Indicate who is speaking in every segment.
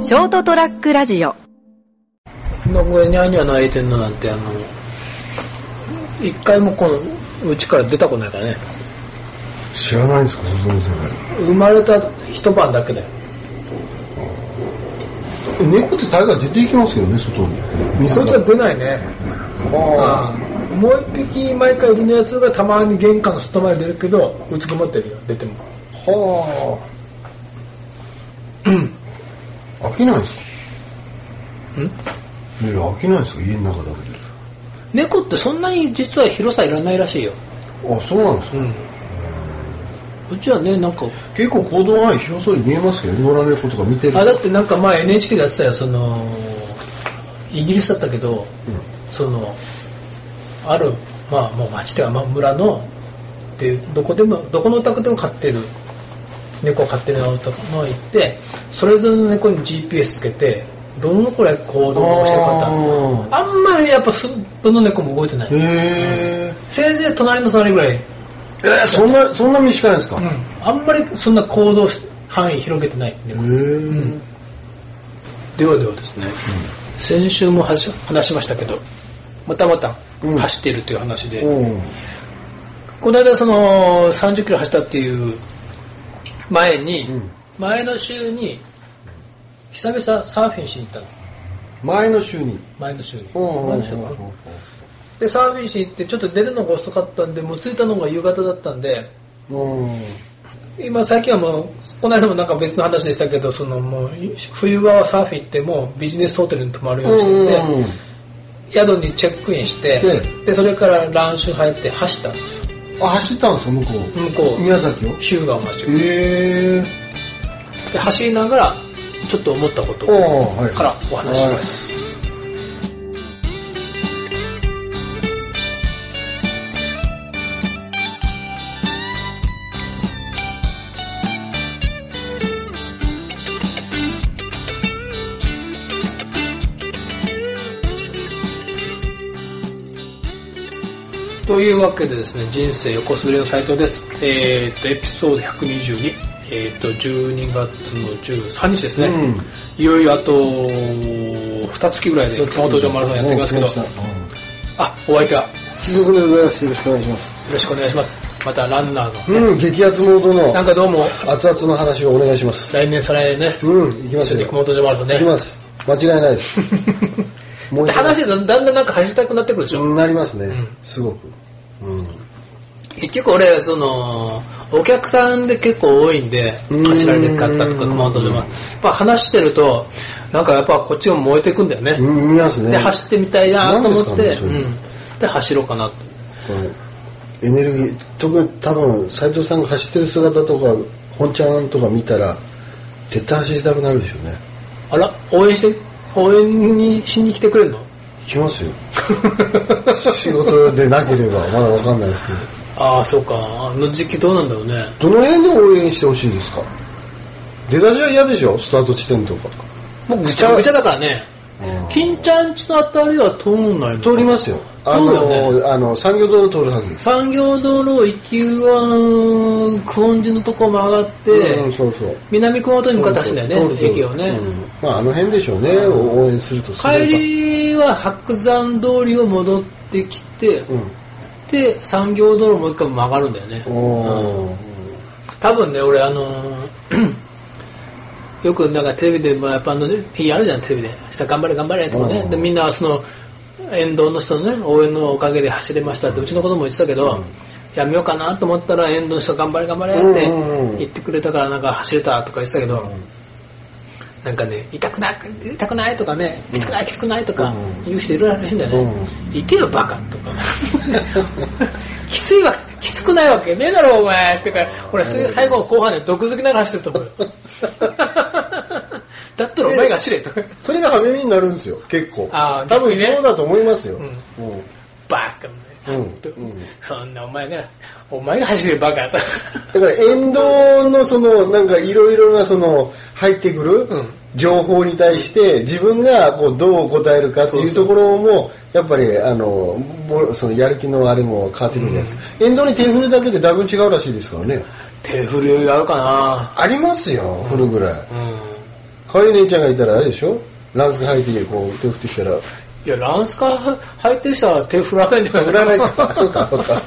Speaker 1: ショートトラックラジオ
Speaker 2: なんかニャーニャー泣いてんのなんてあの一回もこのうちから出たことないからね
Speaker 3: 知らないんですかその世界
Speaker 2: 生まれた一晩だけだよ
Speaker 3: 猫って大概出ていきますけどね外に水
Speaker 2: そいつは
Speaker 3: が
Speaker 2: 出ないね
Speaker 3: あ
Speaker 2: もう一匹毎回産のやつがたまに玄関の外まで出るけどうつくまってるよ出ても
Speaker 3: あはあ飽きないんですかんいや飽きないんですか家の中だけで
Speaker 2: 猫ってそんなに実は広さいらないらしいよ
Speaker 3: あそうなんですか、
Speaker 2: うちはねなんか
Speaker 3: 結構行動範囲広そうに見えますけどね野良猫とか見てる
Speaker 2: あだってなんか前 NHK でやってたよそのイギリスだったけど、そのあるまあもう町ではまあ村のでどこでもどこのお宅でも飼ってる猫を飼ってるお宅の行ってそれぞれの猫に GPS つけてどのくらい行動をしてるかあんまりやっぱすどの猫も動いてない、
Speaker 3: へえ
Speaker 2: せいぜい隣の隣ぐらい、
Speaker 3: えそんなそんな短いんですか、へ
Speaker 2: あんまりそんな行動し範囲広げてない猫、
Speaker 3: え、
Speaker 2: ではではですね、先週もはし話しましたけどまたまた
Speaker 3: うん
Speaker 2: 走っているという話で、
Speaker 3: うん
Speaker 2: この間その3 0キロ走ったっていう前に、前の週に久々サーフィンしに行ったんです
Speaker 3: 前の週に
Speaker 2: 前の週に
Speaker 3: うんうん
Speaker 2: 前
Speaker 3: うん
Speaker 2: の週かなでサーフィンしに行ってちょっと出るのが遅かったんでもう着いたのが夕方だったんで
Speaker 3: うんうん
Speaker 2: 今最近はもうこの間もなんか別の話でしたけどそのもう冬場はサーフィン行ってもうビジネスホテルに泊まるようにしてて、
Speaker 3: うん
Speaker 2: 宿にチェックインして
Speaker 3: して
Speaker 2: でそれからランシュ入って走ったんですよ
Speaker 3: あ走ってたんですか向こう
Speaker 2: 向こう
Speaker 3: 宮崎を
Speaker 2: 日向町を
Speaker 3: ええ
Speaker 2: で走りながらちょっと思ったこと
Speaker 3: ああはい
Speaker 2: からお話しします、というわけでですね人生横滑りの斉藤ですえっとエピソード122えっと12月の13日ですね、いよいよあと2月ぐらいで熊本城マラソンやっていきますけど
Speaker 3: もう来ましたうん
Speaker 2: あお相手はよ
Speaker 3: 貴族でございます。よろしくお願いします。
Speaker 2: ろしくお願いしますまたランナーの、
Speaker 3: うん、激アツモード
Speaker 2: なん
Speaker 3: の
Speaker 2: かどうも
Speaker 3: 熱々の話をお願いします。
Speaker 2: 来年再来年ね、
Speaker 3: うん、行き
Speaker 2: 一
Speaker 3: ま
Speaker 2: 緒
Speaker 3: す
Speaker 2: に
Speaker 3: よ。
Speaker 2: 熊本城マラソンね
Speaker 3: 行きます。間違いな いです。もう
Speaker 2: で
Speaker 3: 一回
Speaker 2: 話だんだんだんなんか走りたくなってくるでしょ、
Speaker 3: うんなりますね。すごく。
Speaker 2: 結局俺そのお客さんで結構多いんで走られなかったとか熊本城マラソンやっぱ話してるとなんかやっぱこっちも燃えてくんだよね、
Speaker 3: うん、見ますね。
Speaker 2: で走ってみたいなと思って
Speaker 3: なんですか
Speaker 2: う
Speaker 3: ね
Speaker 2: ん、で走ろうかなと
Speaker 3: これエネルギー、特に多分、斉藤さんが走ってる姿とか、本ちゃんとか見たら、絶対走りたくなるでしょうね。
Speaker 2: あら応援して応援にしに来てくれるの
Speaker 3: 行きますよ。仕事でなければ、まだわかんないですけど。
Speaker 2: ああそうかあの時期どうなんだろうね
Speaker 3: どの辺で応援してほしいですか出だしは嫌でしょスタート地点とか
Speaker 2: もうぐちゃぐちゃだからね金ちゃんちのあたりは通んないの
Speaker 3: 通りますよあ
Speaker 2: そうだよ
Speaker 3: のあの産業道路通るはずです
Speaker 2: 産業道路行きは久遠寺のとこ曲がって、
Speaker 3: うんそうそう
Speaker 2: 南熊本に向かって走るんだよね
Speaker 3: 通る通る
Speaker 2: 駅をね、
Speaker 3: うんまああの辺でしょうね応援するとすれば
Speaker 2: 帰りは白山通りを戻ってきて、
Speaker 3: うん
Speaker 2: で産業道路もう一回曲がるんだよね
Speaker 3: おー
Speaker 2: 多分ね俺あのー よくなんかテレビで、まあ、やっぱあの日あるじゃんテレビで「明日頑張れ頑張れ」とかね、
Speaker 3: うん
Speaker 2: でみんなその沿道の人のね応援のおかげで走れましたってうちの子供も言ってたけど、やめようかなと思ったら沿道の人が頑張れ頑張れ
Speaker 3: うんうんう
Speaker 2: っ
Speaker 3: ん
Speaker 2: て言ってくれたからなんか走れたとか言ってたけど、なんかね痛くな痛くないとかねきつくないきつくないとか言う人いるらしいんだよね、行けよバカとかきついわきつくないわけねえだろお前ってか俺それ最後の後半で毒づきながら走ってる と思うよだったらお前が走れとか
Speaker 3: それが励みになるんですよ結構
Speaker 2: あー
Speaker 3: 多分
Speaker 2: 逆にね
Speaker 3: そうだと思いますようん
Speaker 2: バカお前、
Speaker 3: うんうん
Speaker 2: そんなお前がお前が走れバカと
Speaker 3: だから沿道のそのなんかいろいろなその入ってくる
Speaker 2: ん
Speaker 3: 情報に対して自分がこうどう答えるかっていうところもやっぱりあのぼそのやる気のあれも変わってくるじゃないですか、沿道に手振るだけでだいぶ違うらしいですからね
Speaker 2: 手振り余裕あるかな
Speaker 3: ありますよ振るぐらい、可愛い姉ちゃんがいたらあれでしょランスが履いてこう手振ってきたら
Speaker 2: いやランスカー履いてる人は手振らないんじゃない
Speaker 3: 振らない かそうかそうか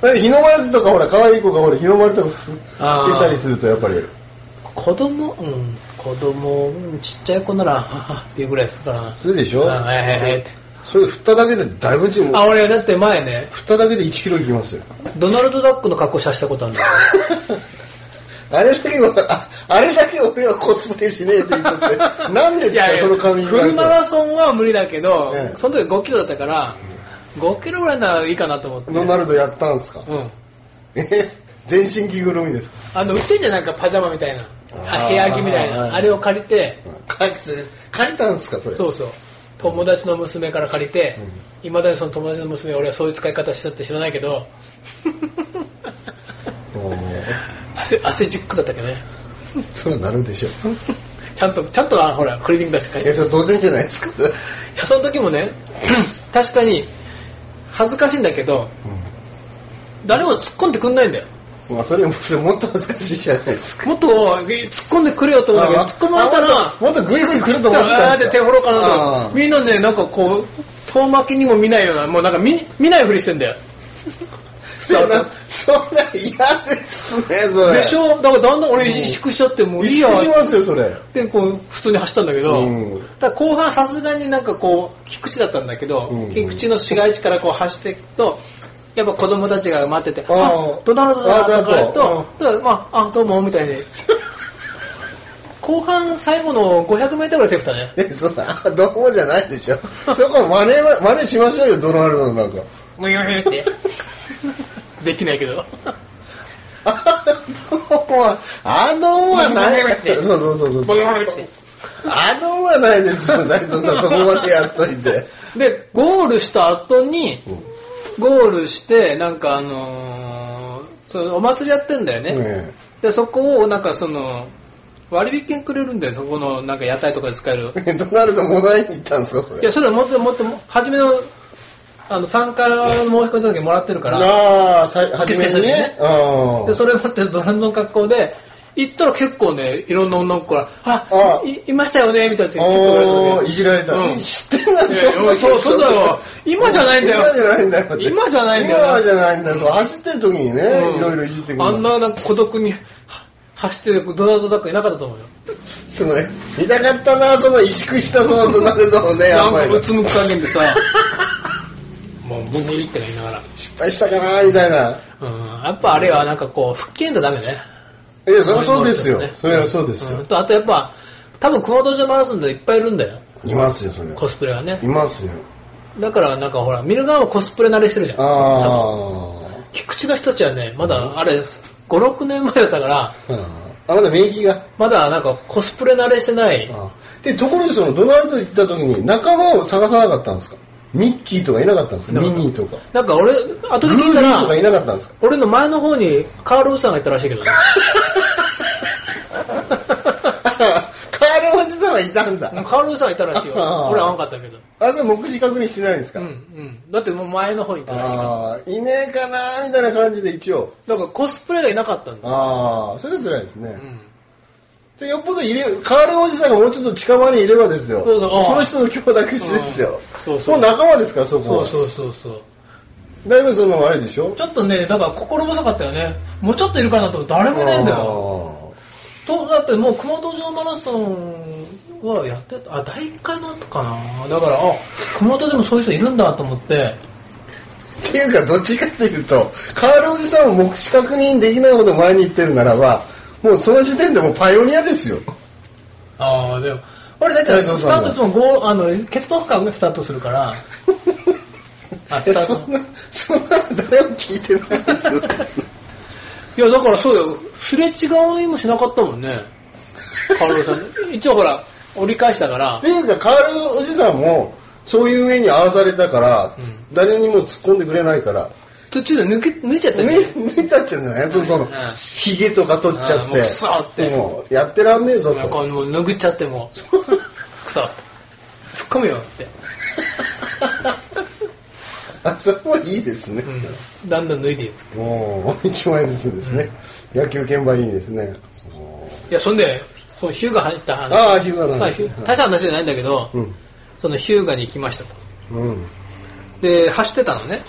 Speaker 3: だって日の丸とかほら可愛い子がほら日の丸とか振
Speaker 2: あ
Speaker 3: っ
Speaker 2: ー
Speaker 3: てたりするとやっぱり
Speaker 2: 子供うん子供うんちっちゃい子ならははっていうぐらいですから
Speaker 3: するでしょ
Speaker 2: あはいはいはいって
Speaker 3: それ振っただけでだいぶ違う
Speaker 2: あ俺だって前ね
Speaker 3: 振っただけで1キロいきますよ
Speaker 2: ドナルド・ダックの格好させたことあ るんだよ
Speaker 3: あれだけはああれだけ俺はコスプレしねえって言ったって何ですかその
Speaker 2: フ
Speaker 3: 髪
Speaker 2: ルマラソンは無理だけど、
Speaker 3: ええ
Speaker 2: その時5キロだったから5キロぐらいならいいかなと思って
Speaker 3: ドナルドやったんすか
Speaker 2: うん
Speaker 3: え全身着ぐるみですか
Speaker 2: あの売ってんじゃんなんかパジャマみたいな
Speaker 3: あー
Speaker 2: あ部屋着みたい
Speaker 3: はいはい
Speaker 2: なあれを借りて
Speaker 3: 借り借りたんすかそれ
Speaker 2: そうそう友達の娘から借りていま、未だにその友達の娘は俺はそういう使い方したって知らないけど
Speaker 3: もう
Speaker 2: 汗汗ジックだったけどね
Speaker 3: そうなるでしょ
Speaker 2: ちゃんとちゃんとあのほらクリーニング出して
Speaker 3: い
Speaker 2: 借り
Speaker 3: や
Speaker 2: て
Speaker 3: それ当然じゃないですか
Speaker 2: いやその時もね 確かに恥ずかしいんだけど、誰も突っ込んでくんないんだよ
Speaker 3: まあそれもそれもっと恥ずかしいじゃないですか
Speaker 2: もっと突っ込んでくれよと思うんだけど突っ込まれたら
Speaker 3: あもっともっとグイグイ来ると思って
Speaker 2: あ
Speaker 3: た
Speaker 2: ー
Speaker 3: ん
Speaker 2: っ
Speaker 3: で
Speaker 2: て
Speaker 3: すか
Speaker 2: 手ほろかなと
Speaker 3: あー
Speaker 2: みんなねなんかこう遠巻きにも見ないようなもうなんか見見ないふりしてんだよ
Speaker 3: そんなそんな嫌ですねそれ
Speaker 2: でしょだからだんだん俺萎縮しちゃってもう
Speaker 3: 意
Speaker 2: いいや
Speaker 3: 識しますよそれ
Speaker 2: でこう普通に走ったんだけど、
Speaker 3: うん
Speaker 2: ただ後半さすがになんかこう菊池だったんだけど、
Speaker 3: んうん
Speaker 2: 菊池の市街地からこう走っていくとやっぱ子供たちが待ってて「
Speaker 3: あ
Speaker 2: あ
Speaker 3: ー
Speaker 2: ドナルドだ」とか言う
Speaker 3: あ
Speaker 2: と「でまあ、あどうも」みたい に後半最後の 500m ぐらい手振ったね
Speaker 3: えそんなあどうもじゃないでしょそこ真似は真似しましょうよドナルドのなんか
Speaker 2: むよよってできないけど
Speaker 3: あどうもあどうもはない
Speaker 2: 真似しましょうよ
Speaker 3: そうそうそうそ
Speaker 2: む
Speaker 3: う
Speaker 2: よよって
Speaker 3: あどうもはないですよ斉藤さんそこまでやっといて
Speaker 2: でゴールした後に、ゴールしてなんかあのーそのお祭りやってんだよね、
Speaker 3: え
Speaker 2: でそこをなんかその割引券くれるんだよそこのなんか屋台とかで使える
Speaker 3: えドナルドもらいに行ったんですかそ
Speaker 2: い
Speaker 3: れ
Speaker 2: やそれはもっともっと初めのあの参加の申し込んだ時もらってるから
Speaker 3: ああさい初め
Speaker 2: 受付す
Speaker 3: に
Speaker 2: る
Speaker 3: ね
Speaker 2: ね
Speaker 3: うん
Speaker 2: でそれ持ってドラムの格好で行ったら結構ねいろんな女の子から「あ
Speaker 3: あ
Speaker 2: いいましたよね」みたいな結構言われたね
Speaker 3: おーいじられた
Speaker 2: うん
Speaker 3: 知ってんだ
Speaker 2: いやいやそうそうだよ今じゃないんだよ
Speaker 3: 今じゃないんだよって
Speaker 2: 今じゃないんだよ
Speaker 3: 今じゃないんだよそう走ってる時にね
Speaker 2: うん
Speaker 3: いろいろいじってくる
Speaker 2: あんななんか孤独には走ってるドナルドダックいなかったと思うよ
Speaker 3: そのね見たかったなその萎縮したそのドナルドをねあ
Speaker 2: なんん
Speaker 3: ま
Speaker 2: か
Speaker 3: り
Speaker 2: うつむく加減でさ もうブリブリって言いながら
Speaker 3: 失敗したかなみたいな
Speaker 2: うんやっぱあれはなんかこう吹っ切れんとダメね、
Speaker 3: いやそれはそうですよ
Speaker 2: そうですね
Speaker 3: それはそうですよ
Speaker 2: うん、とあとやっぱ多分熊本城マラソンでいっぱいいるんだよ
Speaker 3: いますよそれ
Speaker 2: コスプレはね
Speaker 3: いますよ
Speaker 2: だからなんかほら見る側もコスプレ慣れしてるじゃん
Speaker 3: あ
Speaker 2: 多分菊池の人たちはねまだあれ56年前だったから
Speaker 3: ーうんあまだ名義が
Speaker 2: まだなんかコスプレ慣れしてない
Speaker 3: あーでところでそのドナルド行った時に仲間を探さなかったんですかミッキーとかいなかったんですかミニーとか
Speaker 2: なんか俺後
Speaker 3: グ
Speaker 2: で
Speaker 3: ー
Speaker 2: 聞い
Speaker 3: フィ
Speaker 2: た
Speaker 3: ーとからいなかったんですか
Speaker 2: 俺の前の方にカール・ウーさんがいたらしいけどね
Speaker 3: カールおじさんはいたんだ
Speaker 2: カール・ウーさんがいたらしいよ
Speaker 3: あー
Speaker 2: 俺は会わんかったけど
Speaker 3: あそれ目視確認してないんですか、
Speaker 2: うんうんだってもう前の方にいたらしいから
Speaker 3: ああいねえかなみたいな感じで一応
Speaker 2: だからコスプレがいなかったんだ
Speaker 3: ああそれは辛いですね、でよっぽど入れカールおじさんがもうちょっと近場にいればですよ
Speaker 2: そうそうああ
Speaker 3: の人の許諾してですよ、
Speaker 2: うんそうそう
Speaker 3: もう仲間ですからそこ
Speaker 2: そ
Speaker 3: は
Speaker 2: うそうそうそう
Speaker 3: だいぶそのあれでしょ
Speaker 2: ちょっとねだから心細かったよねもうちょっといるかなと思ったら誰もいないんだよとだってもう熊本城マラソンはやってたあ第1回の後かなだからあ熊本でもそういう人いるんだと思って
Speaker 3: あーっていうかどっちかっていうとカールおじさんを目視確認できないほど前に行ってるならばもうその時点でもうパイオニアですよ
Speaker 2: ああでも俺だって
Speaker 3: そうそう
Speaker 2: スタートいつもゴーあのケツトフからスタートするから あ
Speaker 3: い
Speaker 2: ス
Speaker 3: や
Speaker 2: タ
Speaker 3: そ
Speaker 2: ート
Speaker 3: んなそんな誰も聞いてないです
Speaker 2: いやだからそうよすれ違いもしなかったもんねカールさん一応ほら折り返したから
Speaker 3: っていうかカールおじさんもそういう上に合わされたから、誰にも突っ込んでくれないから
Speaker 2: 途中で抜け抜いちゃった
Speaker 3: 抜
Speaker 2: よね
Speaker 3: い抜いたってんだねそのそのひげとか取っちゃ
Speaker 2: うん
Speaker 3: っ
Speaker 2: もう
Speaker 3: て
Speaker 2: クソって
Speaker 3: もうやってらんねえぞ
Speaker 2: なんか
Speaker 3: と
Speaker 2: もう拭っちゃって もうくそって突っ込むよって、
Speaker 3: あそこはいいですね、
Speaker 2: うん、だんだん脱いでいくって
Speaker 3: もう一枚ずつですね、野球券売員ですね
Speaker 2: いやそんでそそのヒューガ入った話
Speaker 3: ああヒューガの話
Speaker 2: まあヒュー大した話じゃないんだけど、
Speaker 3: うん
Speaker 2: そのヒューガに行きましたと
Speaker 3: うん
Speaker 2: で走ってたのね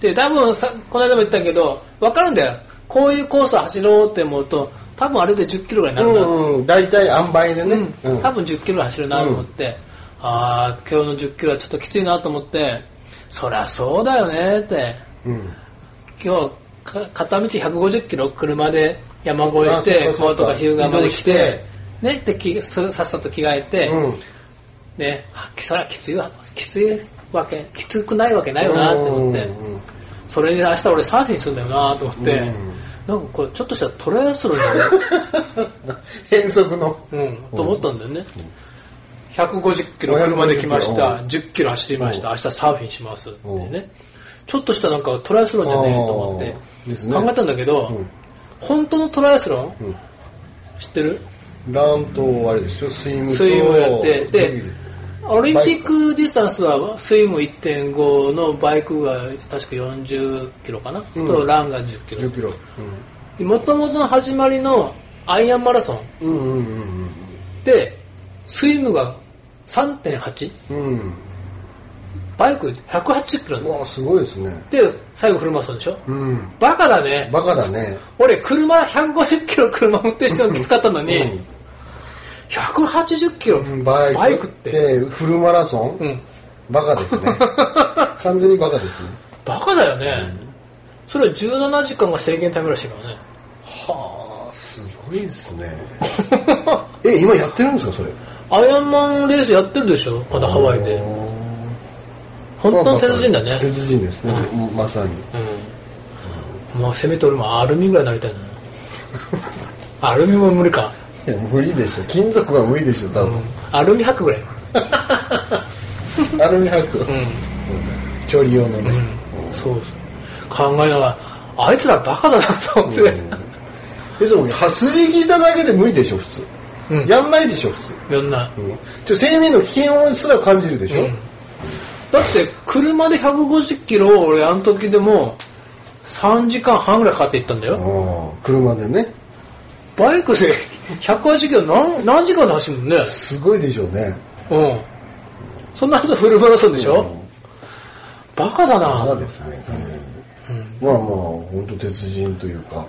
Speaker 2: で多分さこの間も言ったけど分かるんだよこういうコースを走ろうって思うと多分あれで1 0キロぐらいになるな、
Speaker 3: うんうん大体塩梅でね
Speaker 2: う、
Speaker 3: うんん
Speaker 2: 多分1 0キロ走るなと思って、ああ今日の1 0キロはちょっときついなと思ってそりゃそうだよねって
Speaker 3: うん
Speaker 2: 今日か片道1 5 0キロ車で山越えし
Speaker 3: あそ
Speaker 2: て
Speaker 3: っか
Speaker 2: こ
Speaker 3: そうっか
Speaker 2: とか日向まで来て
Speaker 3: 移動して
Speaker 2: ねできすさっさと着替えて、
Speaker 3: うん
Speaker 2: ねはそりゃきついわきついわけきつくないわけないよなって思って、
Speaker 3: うんうん
Speaker 2: それで明日俺サーフィンするんだよなと思って、
Speaker 3: うん
Speaker 2: なんかこれちょっとしたトライアスロンだ ね
Speaker 3: 変則の
Speaker 2: うん、と思ったんだよね、150キロ車で来ました
Speaker 3: う
Speaker 2: 10キロ走りました明日サーフィンしますって
Speaker 3: うん
Speaker 2: ねちょっとしたなんかトライアスロンじゃねえと思って
Speaker 3: あーですね
Speaker 2: 考えたんだけど、
Speaker 3: ん
Speaker 2: 本当のトライアスロン、
Speaker 3: ん
Speaker 2: 知ってる
Speaker 3: ランとあれでしょスイムと
Speaker 2: スイムやってでオリンピッ
Speaker 3: バ
Speaker 2: クディスタンスはスイム1.5のバイクが確か40キロかな、とランが10キ
Speaker 3: 10キ
Speaker 2: ロ
Speaker 3: ロ
Speaker 2: もともとの始まりのアイアンマラソン
Speaker 3: うんうんうんうん
Speaker 2: でスイムが3.8
Speaker 3: うんうん
Speaker 2: バイク180キロ
Speaker 3: う
Speaker 2: だ
Speaker 3: わすごいですね
Speaker 2: で最後フルマラソンでしょ、
Speaker 3: うん
Speaker 2: バカだね
Speaker 3: バカだね
Speaker 2: 俺車150キロ車運転してるのきつかったのに、
Speaker 3: うん
Speaker 2: 180キロ
Speaker 3: バイク
Speaker 2: バイクって
Speaker 3: でフルマラソン、
Speaker 2: うん
Speaker 3: バカです ね完全にバカですね
Speaker 2: バカだよね、それは17時間が制限タイムらしいからね
Speaker 3: はあすごいですねえ今やってるんですかそれ
Speaker 2: アイアンマンレースやってるでしょまだハワイで本当の鉄人だね
Speaker 3: 鉄人ですねまさに
Speaker 2: うんまあせめて俺もアルミぐらいになりた いなアルミも無理か、
Speaker 3: いや無理でしょ金属は無理でしょ多
Speaker 2: う
Speaker 3: 分
Speaker 2: ん、アルミ箔ぐらい
Speaker 3: アルミ箔
Speaker 2: うん
Speaker 3: 調理用のね
Speaker 2: そうそう考えながらあいつらバカだなと思って、
Speaker 3: えそうは筋聞いただけで無理でしょ普通
Speaker 2: うん
Speaker 3: やんないでしょ普通
Speaker 2: やんな、
Speaker 3: うんちょ生命の危険をすら感じるでしょ
Speaker 2: うんだって車で150キロを俺あの時でも3時間半ぐらいかかって行ったんだよ、
Speaker 3: ああ車でね
Speaker 2: バイクで180キロ何何時間で走るもんね
Speaker 3: すごいでしょうね
Speaker 2: うんそんなことフルマラソンでしょ、バカだな、
Speaker 3: まあですね、完全にまあまあ、本当鉄人というか、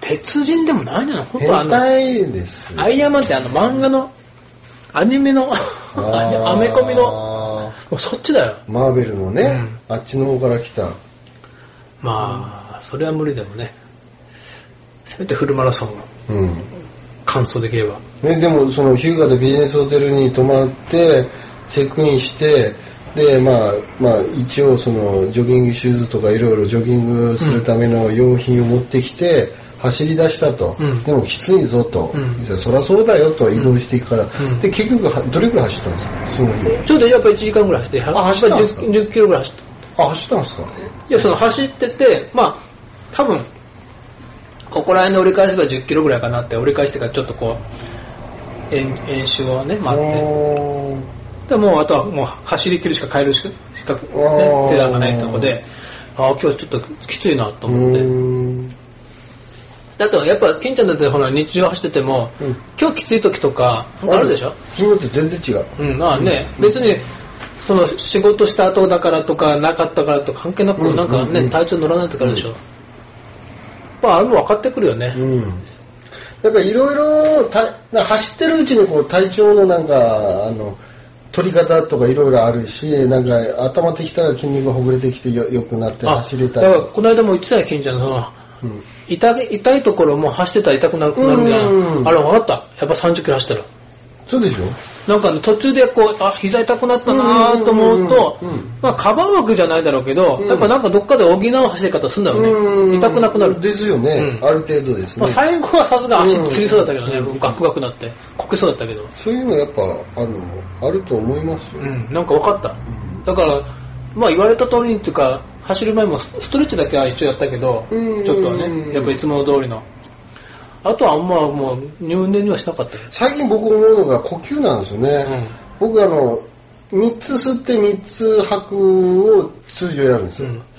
Speaker 2: 鉄人でもないんじゃない本当あ
Speaker 3: 変
Speaker 2: の
Speaker 3: 態です。
Speaker 2: アイアンマンってあの漫画のアニメのアニ アメコミの
Speaker 3: の。
Speaker 2: もうそっちだよ
Speaker 3: マーベルのね、あっちの方から来た。
Speaker 2: まあ、それは無理でもね。せめてフルマラソンを
Speaker 3: うん。
Speaker 2: 完走できれば。
Speaker 3: ね、でも、そのヒューガでビジネスホテルに泊まって、チェックインして、で、まあ、まあ、一応、その、ジョギングシューズとかいろいろジョギングするための用品を持ってきて、走り出したと、
Speaker 2: うん
Speaker 3: でもきついぞと、
Speaker 2: ん
Speaker 3: そりゃそうだよと移動していくから、で結局はどれくらい走ったんですかその日
Speaker 2: ちょうどやっぱ1時間ぐらい走って、
Speaker 3: 走ったんですか
Speaker 2: 10, 10キロぐらい走って。
Speaker 3: あ走ったんですか
Speaker 2: いや、その走ってて、まあ、多分、ここら辺で折り返せば10キロぐらいかなって、折り返してからちょっとこう、演演習をね、待って。
Speaker 3: おー
Speaker 2: でもうあとはもう走り切るしか帰るしか、しかね
Speaker 3: おー
Speaker 2: 手段がないとこで、ああ、今日ちょっときついなと
Speaker 3: う
Speaker 2: 思って。
Speaker 3: ーん
Speaker 2: だとやっぱ、金ちゃんだってほら日常走ってても、今日きつい時とか、あるでしょ
Speaker 3: 昨日と全然違う
Speaker 2: うん、まあね、別にその仕事した後だからとかなかったからとか関係なく、なんかね、体調乗らないとかあるでしょ、まああれも分かってくるよね、
Speaker 3: うんだからいろいろたな走ってるうちにこう体調のなんかあの取り方とかいろいろあるしなんか頭てきたら筋肉がほぐれてきてよよくなって
Speaker 2: あ
Speaker 3: 走れた
Speaker 2: だ
Speaker 3: り
Speaker 2: からこの間も言ってたよ金ちゃんのその、痛い痛いところも走ってたら痛くなるなるじゃん、
Speaker 3: うん
Speaker 2: あれ分かったやっぱ3 0キロ走ったら
Speaker 3: そうでしょ
Speaker 2: なんかね途中でこうあ膝痛くなったなーと思うと、まあカバー枠じゃないだろうけど、やっぱなんかどっかで補う走り方するんだろうね痛くなくなる
Speaker 3: ですよね、ある程度ですね、
Speaker 2: まあ、最後はさすが足つりそうだったけどね、ガクガクなってこけそうだったけど
Speaker 3: そういうのやっぱあのあると思いますよ、
Speaker 2: うんなんか分かった、だからまあ言われた通りにっていうか走る前もスストレッチだけは一応やったけど、
Speaker 3: うん
Speaker 2: ちょっとはねやっぱいつもの通りのあとはあんまもう入念にはしなかったよ
Speaker 3: 最近僕思うのが呼吸なんですよね、僕あの3つ吸って3つ吐くを通常選ぶんで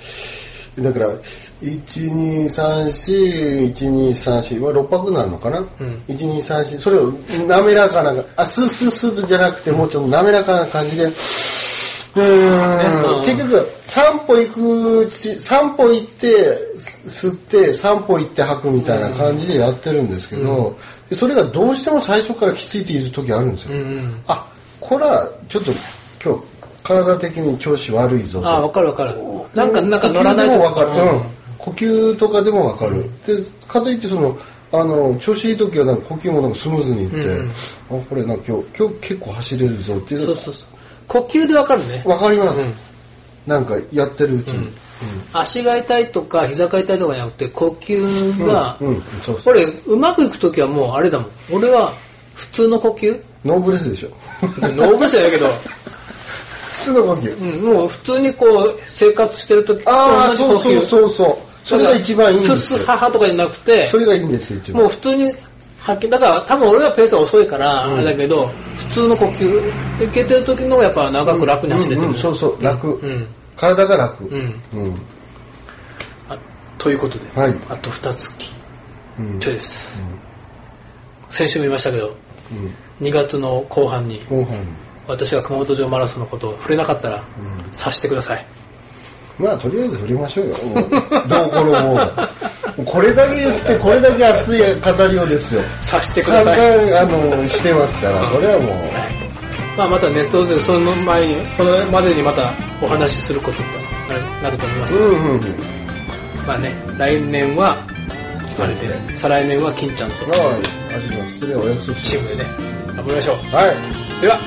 Speaker 3: すよ、だから1234123まあ6泊になるのかな、
Speaker 2: ん
Speaker 3: 1234それを滑らかなあスースースーとじゃなくてもうちょっと滑らかな感じでうー
Speaker 2: うん
Speaker 3: ん結局散歩行くうち散歩行ってす吸って散歩行って吐くみたいな感じでやってるんですけど、でそれがどうしても最初からきついている時あるんですよ、
Speaker 2: うん
Speaker 3: あこれはちょっと今日体的に調子悪いぞと
Speaker 2: ああ分かる分かるなんかなんか乗らないと
Speaker 3: 呼吸でもわかる、うん呼吸とかでもわかる、でかといってそのあの調子いい時はなんか呼吸もなんかスムーズにいって、あこれなんか今日今日結構走れるぞっていう
Speaker 2: そうそうそう呼吸で分かるね
Speaker 3: わかります、なんかやってるうちに、
Speaker 2: 足が痛いとか膝が痛いとかじゃなくて呼吸が、
Speaker 3: うんうんそうそう
Speaker 2: これうまくいく時はもうあれだもん俺は普通の呼吸
Speaker 3: ノーブレス でしょ
Speaker 2: ノーブレスだけど、
Speaker 3: 普通の呼吸、
Speaker 2: うん、もう普通にこう生活してる時と
Speaker 3: ああ
Speaker 2: 同じ呼
Speaker 3: そう
Speaker 2: 吸
Speaker 3: そうそうそうそれが一番いいんで
Speaker 2: ス
Speaker 3: す
Speaker 2: ッ
Speaker 3: よ
Speaker 2: スッハハとかじゃなくて
Speaker 3: それがいいんですよ一番
Speaker 2: もう普通に吐きだから多分俺はペースが遅いからあれだけど、普通の呼吸いけてる時の方がやっぱ長く楽に走れてる
Speaker 3: う
Speaker 2: のよ、
Speaker 3: んうんそうそう楽、
Speaker 2: ん
Speaker 3: 体が楽、
Speaker 2: ん
Speaker 3: うん
Speaker 2: あということで、
Speaker 3: はい
Speaker 2: あと2月
Speaker 3: うん
Speaker 2: ちょいです、先週も言いましたけど、2月の後半に
Speaker 3: 後半
Speaker 2: 私が熊本城マラソンのことを触れなかったら、察してください
Speaker 3: まあとりあえず振りましょうよもうどうこのもうこれだけ言ってこれだけ熱い語りをですよ
Speaker 2: 察してください
Speaker 3: 散々あのしてますからこれはも
Speaker 2: まあ、またネットでその前にそれまでにまたお話しすることになると思います、
Speaker 3: ううんうんうん
Speaker 2: まあね来年はあれ
Speaker 3: 来
Speaker 2: で再来年は金ちゃんと
Speaker 3: まあ味の失礼お約束
Speaker 2: チ
Speaker 3: し
Speaker 2: ームでね頑張りましょう
Speaker 3: ますはい
Speaker 2: では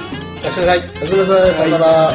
Speaker 2: おやすみなさい
Speaker 3: おやすみなさいさよなら、